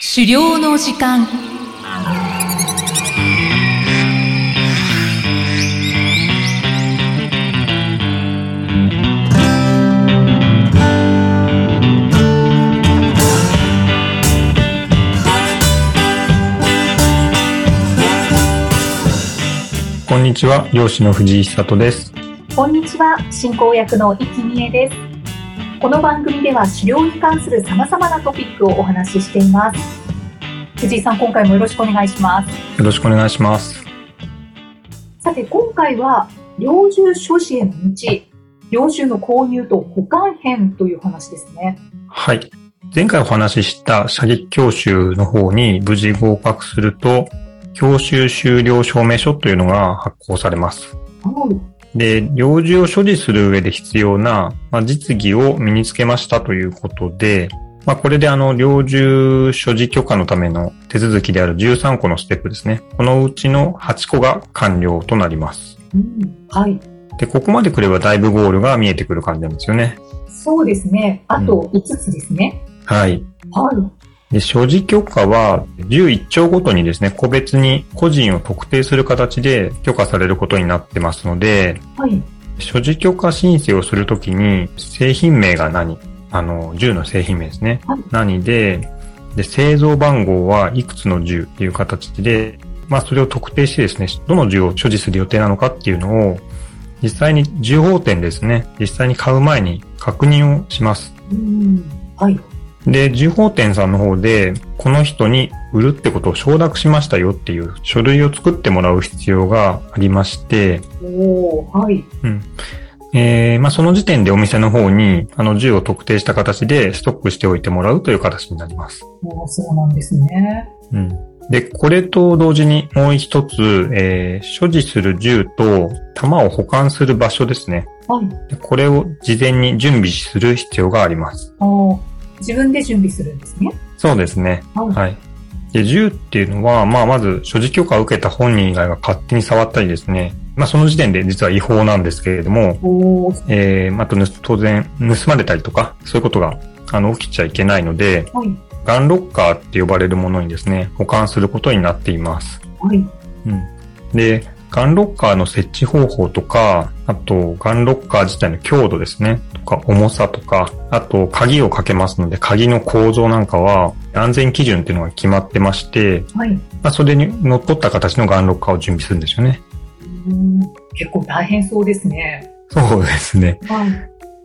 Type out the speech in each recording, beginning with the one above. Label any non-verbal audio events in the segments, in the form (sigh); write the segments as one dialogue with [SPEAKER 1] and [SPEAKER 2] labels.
[SPEAKER 1] 狩猟の時間
[SPEAKER 2] こんにちは、漁師の藤井久人です。
[SPEAKER 3] こんにちは、進行役の生きみえです。この番組では狩猟に関する様々なトピックをお話ししています。藤井さん、今回もよろしくお願いします。
[SPEAKER 2] よろしくお願いします。
[SPEAKER 3] さて、今回は猟銃所持への道、猟銃の購入と保管編という話ですね。
[SPEAKER 2] はい。前回お話しした射撃教習の方に無事合格すると、教習終了証明書というのが発行されます。
[SPEAKER 3] は
[SPEAKER 2] で、領事を所持する上で必要な、まあ、実技を身につけましたということで、まあ、これであの、領事所持許可のための手続きである13個のステップですね。このうちの8個が完了となります。
[SPEAKER 3] い、うんはい。
[SPEAKER 2] で、ここまで来ればだいぶゴールが見えてくる感じなんですよね。
[SPEAKER 3] そうですね。あと5つですね。
[SPEAKER 2] はい。
[SPEAKER 3] は
[SPEAKER 2] で、所持許可は11丁ごとにですね、個別に個人を特定する形で許可されることになってますので、
[SPEAKER 3] い。はい。
[SPEAKER 2] 所持許可申請をするときに、製品名が何あの、銃の製品名ですね
[SPEAKER 3] はい。
[SPEAKER 2] 何で、で、製造番号はいくつの銃っていう形で、まあ、それを特定してですね、どの銃を所持する予定なのかっていうのを、実際に銃砲店ですね、実際に買う前に確認をします。
[SPEAKER 3] うん。はい。
[SPEAKER 2] で、重宝店さんの方で、この人に売るってことを承諾しましたよっていう書類を作ってもらう必要がありまして、
[SPEAKER 3] おー、はい。
[SPEAKER 2] えー、まあ、その時点でお店の方に、あの、銃を特定した形でストックしておいてもらうという形になります。
[SPEAKER 3] おーそうなんですね。
[SPEAKER 2] うん。で、これと同時にもう一つ、えー、所持する銃と弾を保管する場所ですね。
[SPEAKER 3] はい。
[SPEAKER 2] でこれを事前に準備する必要があります。
[SPEAKER 3] あー自分で準備するんですね。
[SPEAKER 2] そうですね。
[SPEAKER 3] はい
[SPEAKER 2] はい。で、銃っていうのは、まあ、まず、所持許可を受けた本人以外が勝手に触ったりですね。まあ、その時点で実は違法なんですけれども、
[SPEAKER 3] おー
[SPEAKER 2] えー、まああと、ぬ当然、盗まれたりとか、そういうことが、あの、起きちゃいけないので、
[SPEAKER 3] はい。
[SPEAKER 2] ガンロッカーって呼ばれるものにですね、保管することになっています。
[SPEAKER 3] はい。
[SPEAKER 2] うん。で、ガンロッカーの設置方法とか、あと、ガンロッカー自体の強度ですね、とか、重さとか、あと、鍵をかけますので、鍵の構造なんかは、安全基準っていうのが決まってまして、
[SPEAKER 3] はい。
[SPEAKER 2] まあ、それに乗っ取った形のガンロッカーを準備するんですよね。
[SPEAKER 3] うーん結構大変そうですね。
[SPEAKER 2] そうですね。
[SPEAKER 3] はい。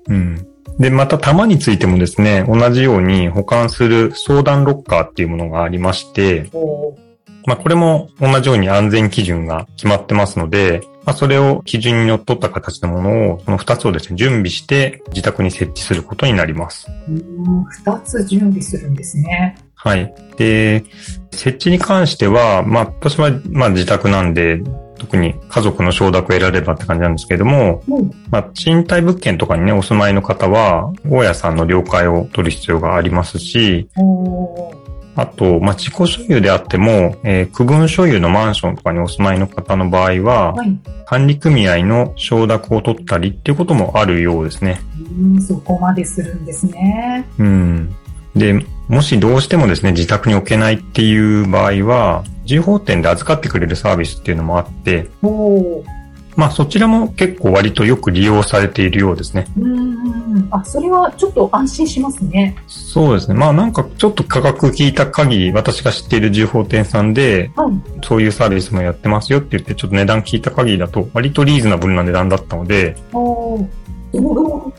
[SPEAKER 2] うん。で、また弾についてもですね、同じように保管する相談ロッカーっていうものがありまして、
[SPEAKER 3] おー
[SPEAKER 2] まあ、これも同じように安全基準が決まってますので、まあ、それを基準にのっとった形のものを、その2つをですね、準備して自宅に設置することになります。
[SPEAKER 3] うーん二つ準備するんですね。
[SPEAKER 2] はい。で、設置に関しては、まあ、私は、まあ、自宅なんで、特に家族の承諾を得られればって感じなんですけれども、
[SPEAKER 3] うん
[SPEAKER 2] まあ、賃貸物件とかにね、お住まいの方は、大家さんの了解を取る必要がありますし、
[SPEAKER 3] おー
[SPEAKER 2] あと、まあ、自己所有であっても、えー区分所有のマンションとかにお住まいの方の場合は
[SPEAKER 3] は、い。
[SPEAKER 2] 管理組合の承諾を取ったりっていうこともあるようですね。
[SPEAKER 3] うーんそこまでするんですね。
[SPEAKER 2] うん。で、もしどうしてもですね、自宅に置けないっていう場合は、重宝店で預かってくれるサービスっていうのもあって、
[SPEAKER 3] おー
[SPEAKER 2] まあそちらも結構割とよく利用されているようですね。
[SPEAKER 3] うーん。あ、それはちょっと安心しますね。
[SPEAKER 2] そうですね。まあなんかちょっと価格聞いた限り、私が知っている重宝店さんで、
[SPEAKER 3] はい。
[SPEAKER 2] そういうサービスもやってますよって言って、ちょっと値段聞いた限りだと、割とリーズナブルな値段だったので、
[SPEAKER 3] おーおー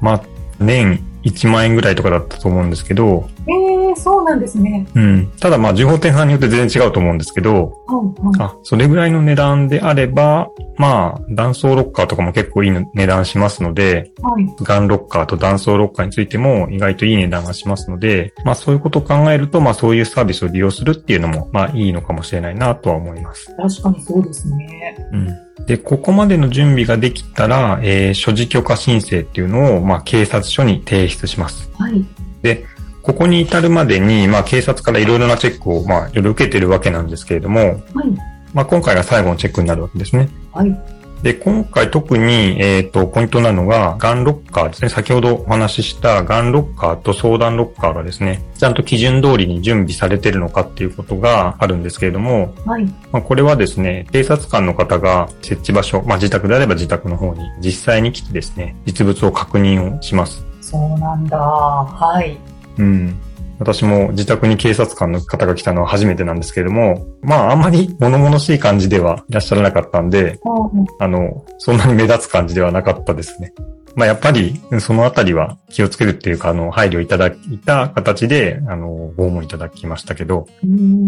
[SPEAKER 2] まあ、年1万円ぐらいとかだったと思うんですけど、
[SPEAKER 3] えー、そうなんですね。
[SPEAKER 2] うん。ただまあ、情報店さんによって全然違うと思うんですけど、
[SPEAKER 3] はい。はい。
[SPEAKER 2] あ、それぐらいの値段であれば、まあ、断層ロッカーとかも結構いい値段しますので、
[SPEAKER 3] はい。
[SPEAKER 2] ガンロッカーと断層ロッカーについても意外といい値段がしますので、まあそういうことを考えると、まあそういうサービスを利用するっていうのも、まあいいのかもしれないなとは思います。
[SPEAKER 3] 確かにそうですね。
[SPEAKER 2] で、ここまでの準備ができたら、えー所持許可申請っていうのを、まあ、警察署に提出します。
[SPEAKER 3] はい。
[SPEAKER 2] ここに至るまでに、まあ、警察からいろいろなチェックを、まあ、いろいろ受けてるわけなんですけれども、
[SPEAKER 3] はい。
[SPEAKER 2] まあ、今回が最後のチェックになるわけですね。
[SPEAKER 3] はい。
[SPEAKER 2] で、今回特に、えっ、と、ポイントなのが、ガンロッカーですね。先ほどお話ししたガンロッカーと相談ロッカーがですね、ちゃんと基準通りに準備されてるのかっていうことがあるんですけれども、
[SPEAKER 3] はい。
[SPEAKER 2] まあ、これはですね、警察官の方が設置場所、まあ、自宅であれば自宅の方に実際に来てですね、実物を確認をします。
[SPEAKER 3] そうなんだ。はい。
[SPEAKER 2] うん。私も自宅に警察官の方が来たのは初めてなんですけれども、まああんまり物々しい感じではいらっしゃらなかったんで、
[SPEAKER 3] うん
[SPEAKER 2] あの、そんなに目立つ感じではなかったですね。まあやっぱりそのあたりは気をつけるっていうか、あの、配慮いただいた形で、あの、ご訪問いただきましたけど、
[SPEAKER 3] うん。うー。
[SPEAKER 2] うん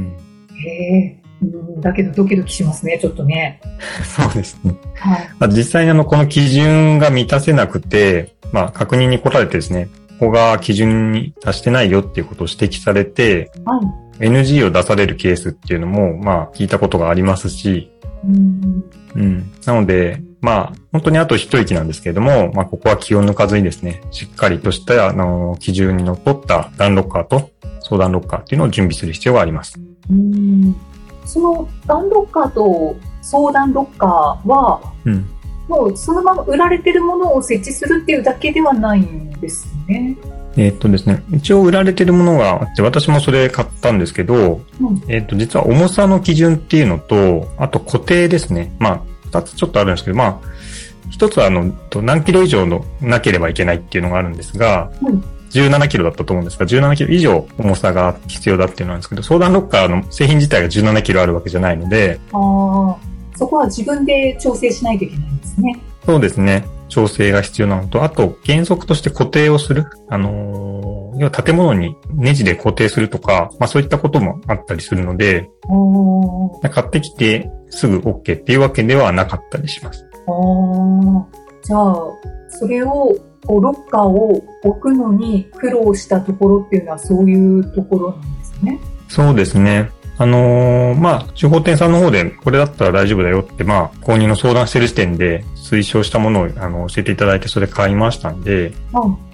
[SPEAKER 2] ん、 (laughs)
[SPEAKER 3] へえ。うんだけどドキドキしますね、ちょっとね。
[SPEAKER 2] そうですね。
[SPEAKER 3] はい。
[SPEAKER 2] まあ、実際にあの、この基準が満たせなくて、まあ確認に来られてですね、ここが基準に達してないよっていうことを指摘されて、
[SPEAKER 3] はい。
[SPEAKER 2] NG を出されるケースっていうのも、まあ、聞いたことがありますし、
[SPEAKER 3] うん。
[SPEAKER 2] うん。なので、まあ、本当にあと一息なんですけれども、まあ、ここは気を抜かずにですね、しっかりとした、あの、基準にのっとったダンロッカーと相談ロッカーっていうのを準備する必要があります。
[SPEAKER 3] うん。そのダンロッカーと相談ロッカーは、
[SPEAKER 2] うん。
[SPEAKER 3] もうそのまま売られてるものを設置するっていうだけではないんですね。
[SPEAKER 2] えっとですね、一応売られてるものがあって、私もそれ買ったんですけど、
[SPEAKER 3] うん
[SPEAKER 2] えっと、実は重さの基準っていうのと、あと固定ですね。まあ、二つちょっとあるんですけど、まあ、一つはあの、と何キロ以上のなければいけないっていうのがあるんですが、
[SPEAKER 3] うん
[SPEAKER 2] 17キロだったと思うんですが、17キロ以上重さが必要だっていうのなんですけど、相談ロッカーの製品自体が17キロあるわけじゃないので、
[SPEAKER 3] ああ、そこは自分で調整しないといけないんですね。
[SPEAKER 2] そうですね。調整が必要なのと、あと原則として固定をする。あのー要は建物にネジで固定するとか、まあそういったこともあったりするので、
[SPEAKER 3] おー
[SPEAKER 2] 買ってきてすぐ OK っていうわけではなかったりします。
[SPEAKER 3] おーじゃあ、それを、こうロッカーを置くのに苦労したところっていうのはそういうところなんですね。
[SPEAKER 2] そうですね。あのーまあ、地方店さんの方でこれだったら大丈夫だよって、まあ、購入の相談してる時点で推奨したものをあの教えていただいてそれ買いましたんで、
[SPEAKER 3] うん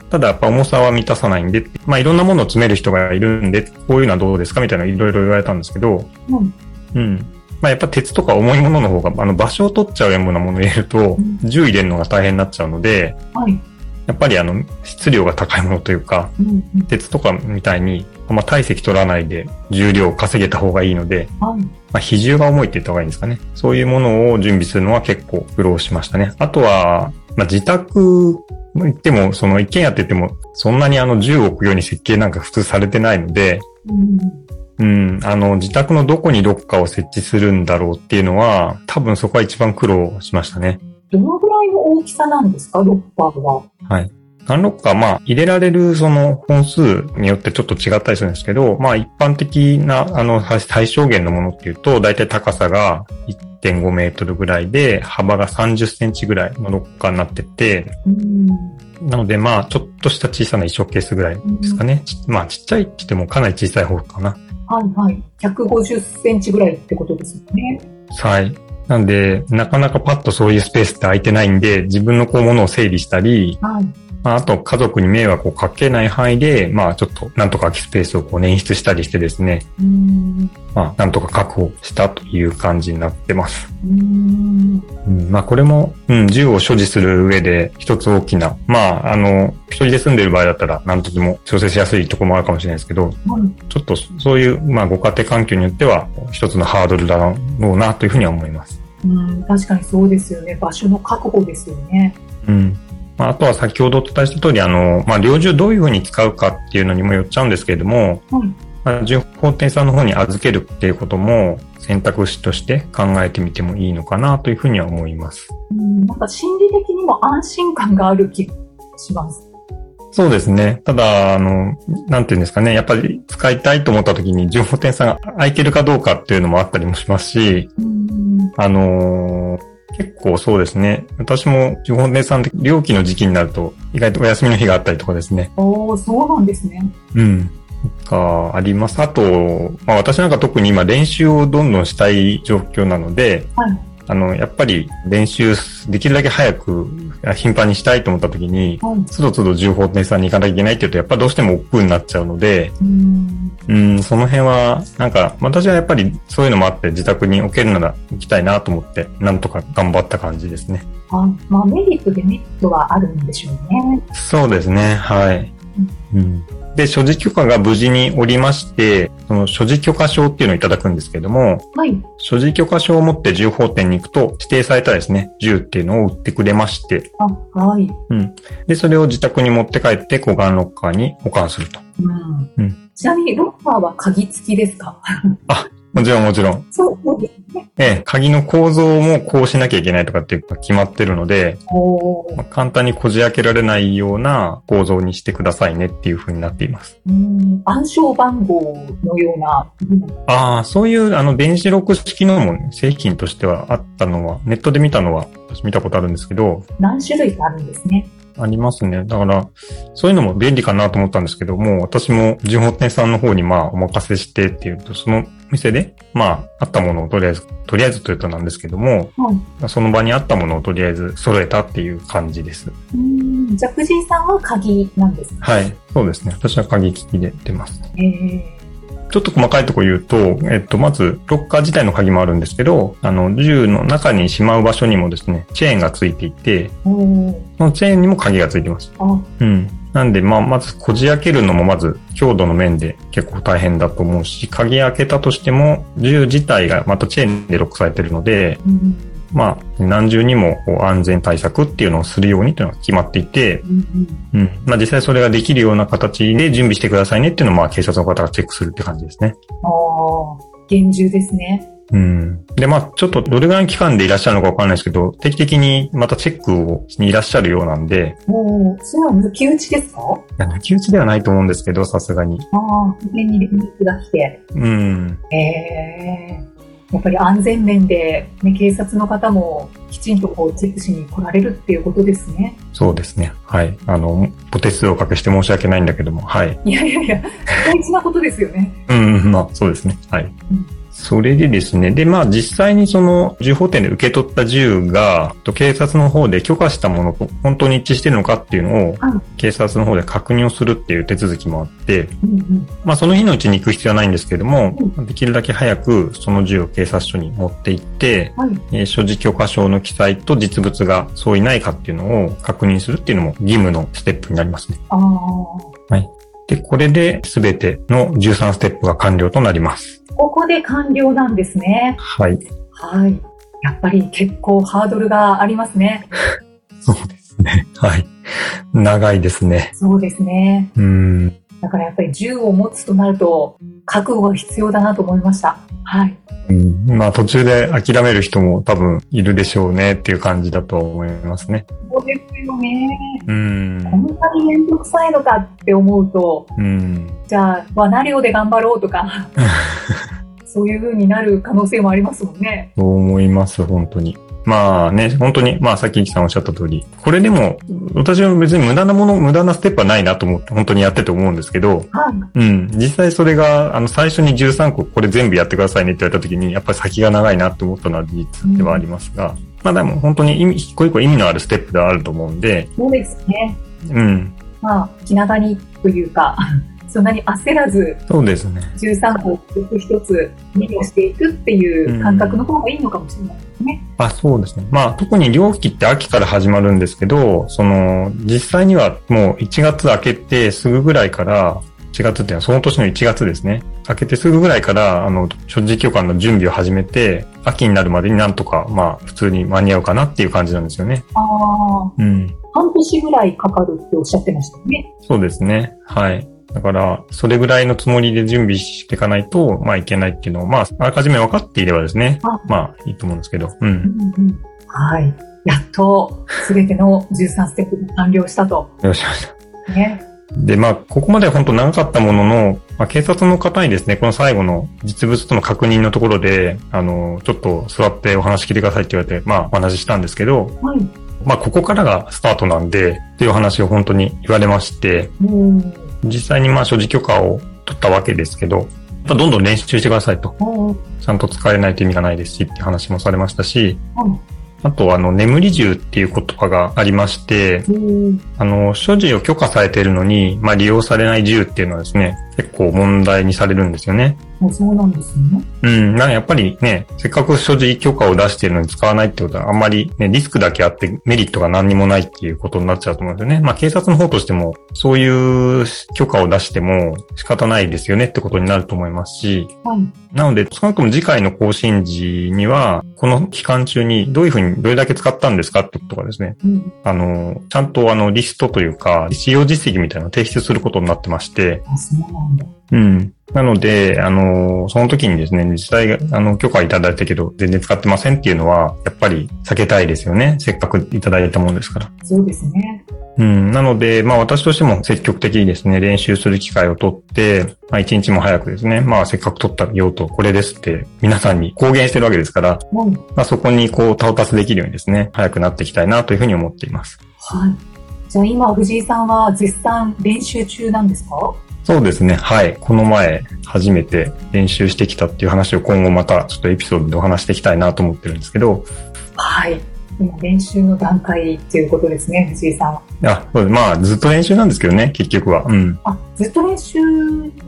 [SPEAKER 2] ただやっぱ重さは満たさないんで、まあいろんなものを詰める人がいるんで、こういうのはどうですかみたいないろいろ言われたんですけど、
[SPEAKER 3] うん
[SPEAKER 2] うん。まあやっぱ鉄とか重いものの方が、あの場所を取っちゃうようなものを入れると
[SPEAKER 3] うん、
[SPEAKER 2] 銃入れるのが大変になっちゃうので、
[SPEAKER 3] はい。
[SPEAKER 2] やっぱりあの質量が高いものというか、
[SPEAKER 3] うんうん
[SPEAKER 2] 鉄とかみたいに、あんま体積取らないで重量を稼げた方がいいので、
[SPEAKER 3] はい
[SPEAKER 2] まあ、比重が重いって言った方がいいんですかね。そういうものを準備するのは結構苦労しましたね。あとは、まあ、自宅行っても、その一軒家って言っても、そんなにあの銃を置くように設計なんか普通されてないので、
[SPEAKER 3] うん
[SPEAKER 2] うん、あの、自宅のどこにロッカーを設置するんだろうっていうのは、多分そこは一番苦労しましたね。
[SPEAKER 3] どのぐらいの大きさなんですか、ロッカーは。
[SPEAKER 2] ガンロッカー、まあ、入れられるその本数によってちょっと違ったりするんですけど、まあ、一般的な、あの、最最小限のものっていうと、だいたい高さが1.5メートルぐらいで、幅が30センチぐらいのロッカーになってて、
[SPEAKER 3] うん
[SPEAKER 2] なので、まあ、ちょっとした小さな衣装ケースぐらいですかね。ちまあ、ちっちゃいって言ってもかなり小さい方かな。
[SPEAKER 3] はいはい。150センチぐらいってことですよね。
[SPEAKER 2] はい。なんで、なかなかパッとそういうスペースって空いてないんで、自分のこう、ものを整理したり、
[SPEAKER 3] はい。
[SPEAKER 2] まあ、あと家族に迷惑をかけない範囲で、まあちょっとなんとか空きスペースをこう捻出したりしてですね、
[SPEAKER 3] うん
[SPEAKER 2] まあなんとか確保したという感じになってます。
[SPEAKER 3] うん
[SPEAKER 2] うん、まあこれも、うん、銃を所持する上で一つ大きな、まああの、一人で住んでる場合だったら何とでも調整しやすいところもあるかもしれないですけど、
[SPEAKER 3] はい
[SPEAKER 2] ちょっとそういう、まあご家庭環境によっては一つのハードルだろうなというふうには思います。
[SPEAKER 3] うん、確かにそうですよね。場所の確保ですよね。
[SPEAKER 2] うん。まあ、あとは先ほどお伝えした通り、あの、まあ、猟銃どういうふうに使うかっていうのにもよっちゃうんですけれども、
[SPEAKER 3] うん
[SPEAKER 2] まあ、銃法店さんの方に預けるっていうことも選択肢として考えてみてもいいのかなというふうには思います。
[SPEAKER 3] うん、なんか心理的にも安心感がある気がします。
[SPEAKER 2] そうですね。ただ、あの、なんていうんですかね。やっぱり使いたいと思った時に、情報店さんが空いてるかどうかっていうのもあったりもしますし、
[SPEAKER 3] うん、
[SPEAKER 2] あのー結構そうですね。私も、情報店さんって、料金の時期になると、意外とお休みの日があったりとかですね。
[SPEAKER 3] おお、そうなんですね。
[SPEAKER 2] うん。があります。あと、まあ、私なんか特に今練習をどんどんしたい状況なので、
[SPEAKER 3] はい。
[SPEAKER 2] あの、やっぱり練習できるだけ早く、頻繁にしたいと思った時に、
[SPEAKER 3] はい。
[SPEAKER 2] つどつど情報店さんに行かなきゃいけないっていうと、やっぱどうしても億劫になっちゃうので、
[SPEAKER 3] うん。
[SPEAKER 2] うん、その辺は、なんか、私はやっぱりそういうのもあって、自宅に置けるなら行きたいなと思って、なんとか頑張った感じですね。
[SPEAKER 3] あまあ、メリット、デメリットはあるんでしょうね。
[SPEAKER 2] そうですね、はい。うん、で、所持許可が無事におりまして、その所持許可証っていうのをいただくんですけども、
[SPEAKER 3] はい。
[SPEAKER 2] 所持許可証を持って銃法店に行くと、指定されたですね、銃っていうのを売ってくれまして、
[SPEAKER 3] あ、はい。
[SPEAKER 2] で、それを自宅に持って帰って、小眼ロッカーに保管すると。
[SPEAKER 3] うん。
[SPEAKER 2] うん
[SPEAKER 3] ちなみに、ロッカーは鍵付きですか
[SPEAKER 2] もちろんもちろん。
[SPEAKER 3] そう、そうですね。
[SPEAKER 2] ええ、鍵の構造もこうしなきゃいけないとかっていうか決まってるので、
[SPEAKER 3] おー
[SPEAKER 2] まあ簡単にこじ開けられないような構造にしてくださいねっていう風になっています。
[SPEAKER 3] うん。暗証番号のような、うん
[SPEAKER 2] ああ、そういうあの電子ロック式のも製品としてはあったのは、ネットで見たのは私見たことあるんですけど、
[SPEAKER 3] 何種類かあるんですね。
[SPEAKER 2] ありますね。だから、そういうのも便利かなと思ったんですけど、もう私も純本店さんの方にまあお任せしてっていうと、その店で、まああったものをとりあえず、とりあえずというとなんですけども、
[SPEAKER 3] はい。
[SPEAKER 2] その場にあったものをとりあえず揃えたっていう感じです。
[SPEAKER 3] うん。ジャクジーさんは鍵なんですね。
[SPEAKER 2] はい。そうですね。私は鍵利きで出ます。
[SPEAKER 3] え
[SPEAKER 2] ちょっと細かいとこ言うと、えっと、まず、ロッカー自体の鍵もあるんですけど、あの、銃の中にしまう場所にもですね、チェーンがついていて、
[SPEAKER 3] ー、おー
[SPEAKER 2] そのチェーンにも鍵がついてます。
[SPEAKER 3] あ、
[SPEAKER 2] うん。なんで、まあ、まず、こじ開けるのもまず、強度の面で結構大変だと思うし、鍵開けたとしても、銃自体がまたチェーンでロックされてるので、
[SPEAKER 3] うん。
[SPEAKER 2] まあ、何重にもこう安全対策っていうのをするようにというのが決まっていて、
[SPEAKER 3] うんうん
[SPEAKER 2] うん。まあ実際それができるような形で準備してくださいねっていうのをまあ警察の方がチェックするって感じですね。
[SPEAKER 3] ああ、厳重ですね。
[SPEAKER 2] うん。で、まあちょっとどれぐらいの期間でいらっしゃるのかわかんないですけど、定期的にまたチェックをしにいらっしゃるようなんで、
[SPEAKER 3] おお、それは抜き打ちですか
[SPEAKER 2] いや抜き打ちではないと思うんですけど、さすがに。
[SPEAKER 3] ああ、保険に連絡が来て。
[SPEAKER 2] うん。
[SPEAKER 3] ええやっぱり安全面で、ね、警察の方もきちんとこうチェックしに来られるっていうことですね。
[SPEAKER 2] そうですね。はい。あの、お手数をおかけして申し訳ないんだけども、はい。
[SPEAKER 3] いやいやいや、大事なことですよね。
[SPEAKER 2] うん、まあ、そうですね。はい。それでですね。で、まあ、実際にその、銃砲店で受け取った銃が、と警察の方で許可したものと本当に一致してるのかっていうのを
[SPEAKER 3] うん、
[SPEAKER 2] 警察の方で確認をするっていう手続きもあって、
[SPEAKER 3] うんうん。
[SPEAKER 2] まあ、その日のうちに行く必要はないんですけれども
[SPEAKER 3] う、
[SPEAKER 2] できるだけ早くその銃を警察署に持って行って、
[SPEAKER 3] はい。
[SPEAKER 2] えー所持許可証の記載と実物が相違ないかっていうのを確認するっていうのも義務のステップになりますね。
[SPEAKER 3] ああ。
[SPEAKER 2] で、これで全ての13ステップが完了となります。
[SPEAKER 3] ここで完了なんですね。
[SPEAKER 2] はい。
[SPEAKER 3] はい。やっぱり結構ハードルがありますね。
[SPEAKER 2] そうですね。 (laughs) はい。長いですね。
[SPEAKER 3] そうですね。
[SPEAKER 2] うーん。
[SPEAKER 3] だからやっぱり銃を持つとなると、覚悟が必要だなと思いました。はい。
[SPEAKER 2] うんまあ途中で諦める人も多分いるでしょうねっていう感じだと思いますね。
[SPEAKER 3] そうですよね。
[SPEAKER 2] うー
[SPEAKER 3] こん
[SPEAKER 2] ん。
[SPEAKER 3] なに面倒くさいのかって思うと、
[SPEAKER 2] うん。
[SPEAKER 3] じゃあ、罠量で頑張ろうと (laughs) か、そういう風になる可能性もありますもんね。
[SPEAKER 2] そう思います、本当に。まあね、本当に、まあさっきイキさんおっしゃった通り、これでも、私は別に無駄なもの、無駄なステップはないなと思って、本当にやってて思うんですけど、
[SPEAKER 3] はい。
[SPEAKER 2] うん、実際それが、あの、最初に13個これ全部やってくださいねって言われた時に、やっぱり先が長いなって思ったのは事実ではありますが、まあでも本当に意味、一個一個意味のあるステップではあると思うんで、
[SPEAKER 3] そうですね。
[SPEAKER 2] うん、
[SPEAKER 3] まあ、気長にというか、そんなに焦らず、
[SPEAKER 2] そうですね。
[SPEAKER 3] 13個一つ一つ利用していくっていう感覚の方がいいのかもしれないですね。
[SPEAKER 2] あ、そうですね。まあ特に漁期って秋から始まるんですけど、その、実際にはもう1月明けてすぐぐらいから、1月っていうのはその年の1月ですね。明けてすぐぐらいから、あの、所持許可の準備を始めて、秋になるまでになんとか、まあ普通に間に合うかなっていう感じなんですよね。
[SPEAKER 3] ああ、
[SPEAKER 2] うん。
[SPEAKER 3] 半年ぐらいかかるっておっしゃってましたよね。
[SPEAKER 2] そうですね。はい。だから、それぐらいのつもりで準備していかないと、まあいけないっていうのを、まあ、あらかじめ分かっていればですね
[SPEAKER 3] あ、
[SPEAKER 2] まあいいと思うんですけど、う。
[SPEAKER 3] うんんうん、はい。やっと、すべての13ステップが完了したと。
[SPEAKER 2] よしよし。
[SPEAKER 3] ね。
[SPEAKER 2] で、まあ、ここまでは本当長かったものの、まあ、警察の方にですね、この最後の実物との確認のところで、あの、ちょっと座ってお話聞いてくださいって言われて、まあ、お話ししたんですけど、
[SPEAKER 3] はい。
[SPEAKER 2] まあ、ここからがスタートなんで、っていう話を本当に言われまして、
[SPEAKER 3] うん。
[SPEAKER 2] 実際にまあ所持許可を取ったわけですけど、まあ、どんどん練習してくださいと。
[SPEAKER 3] おー
[SPEAKER 2] ちゃんと使えないと意味がないですしって話もされましたし、
[SPEAKER 3] はい
[SPEAKER 2] あと、あの、眠り銃っていう言葉がありまして、
[SPEAKER 3] おー
[SPEAKER 2] あの、所持を許可されているのに、まあ、利用されない銃っていうのはですね、結構問題にされるんですよね。
[SPEAKER 3] もうそうなんですね。
[SPEAKER 2] うん、なんかやっぱりね、せっかく所持許可を出しているのに使わないってことは、あんまりね、リスクだけあってメリットが何にもないっていうことになっちゃうと思うんですよね。まあ警察の方としても、そういう許可を出しても仕方ないですよねってことになると思いますし、
[SPEAKER 3] はい。
[SPEAKER 2] なので、少なくとも次回の更新時には、この期間中にどういうふうに、どれだけ使ったんですかってことがですね、
[SPEAKER 3] うん。
[SPEAKER 2] あの、ちゃんとあの、リストというか、使用実績みたいなのを提出することになってまして、
[SPEAKER 3] あ、そうなんだ。
[SPEAKER 2] うん。なので、あの、その時にですね、自治体が、あの、許可いただいたけど、全然使ってませんっていうのは、やっぱり避けたいですよね。せっかくいただいたものですから。
[SPEAKER 3] そうですね。
[SPEAKER 2] うん。なので、まあ私としても積極的にですね、練習する機会を取って、まあ一日も早くですね、まあせっかく取った用途、これですって、皆さんに公言してるわけですから、
[SPEAKER 3] はい。
[SPEAKER 2] まあそこにこう、到達できるようにですね、早くなっていきたいなというふうに思っています。
[SPEAKER 3] はい。じゃあ今、藤井さんは絶賛練習中なんですか
[SPEAKER 2] そうですね。はい。この前、初めて練習してきたっていう話を今後またちょっとエピソードでお話していきたいなと思ってるんですけど、
[SPEAKER 3] はい。今、練習の段階ということですね、藤井さんは。
[SPEAKER 2] あ、そうですまあ、ずっと練習なんですけどね、結局は。うん。
[SPEAKER 3] あ、ずっと練習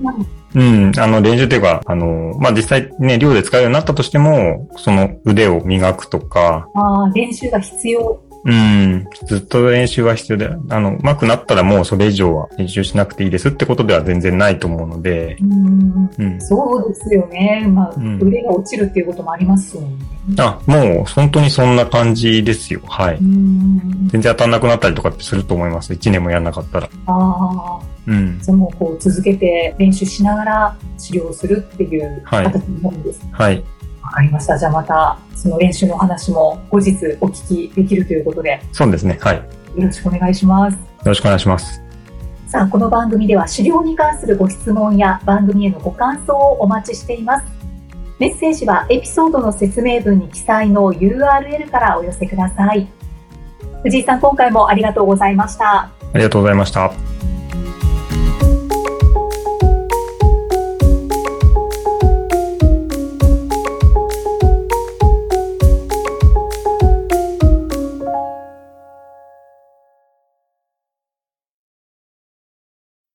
[SPEAKER 3] なの
[SPEAKER 2] うん。あの、練習というか、あの、まあ実際ね、寮で使うようになったとしても、その腕を磨くとか、
[SPEAKER 3] あー練習が必要。
[SPEAKER 2] うん。ずっと練習は必要で、あの、上手くなったらもうそれ以上は練習しなくていいですってことでは全然ないと思うので、
[SPEAKER 3] うん。
[SPEAKER 2] うん。
[SPEAKER 3] そうですよね。まあ、
[SPEAKER 2] うん
[SPEAKER 3] 腕が落ちるっていうこともありますよね。
[SPEAKER 2] あ、もう本当にそんな感じですよ。はい。
[SPEAKER 3] うん。
[SPEAKER 2] 全然当たんなくなったりとかってすると思います。1年もやんなかったら。
[SPEAKER 3] ああ、
[SPEAKER 2] うん。
[SPEAKER 3] そのこう続けて練習しながら治療をするっていう
[SPEAKER 2] はい
[SPEAKER 3] 形になるんですね
[SPEAKER 2] はい。
[SPEAKER 3] わかりました。じゃあまた、その練習のお話も後日お聞きできるということで、よ
[SPEAKER 2] そうですね。はい。よ
[SPEAKER 3] ろしくお願いします。
[SPEAKER 2] ろしくお願いします。
[SPEAKER 3] さあ、この番組では狩猟に関するご質問や番組へのご感想をお待ちしています。メッセージはエピソードの説明文に記載の URL からお寄せください。藤井さん、今回もありがとうございました。
[SPEAKER 2] ありがとうございました。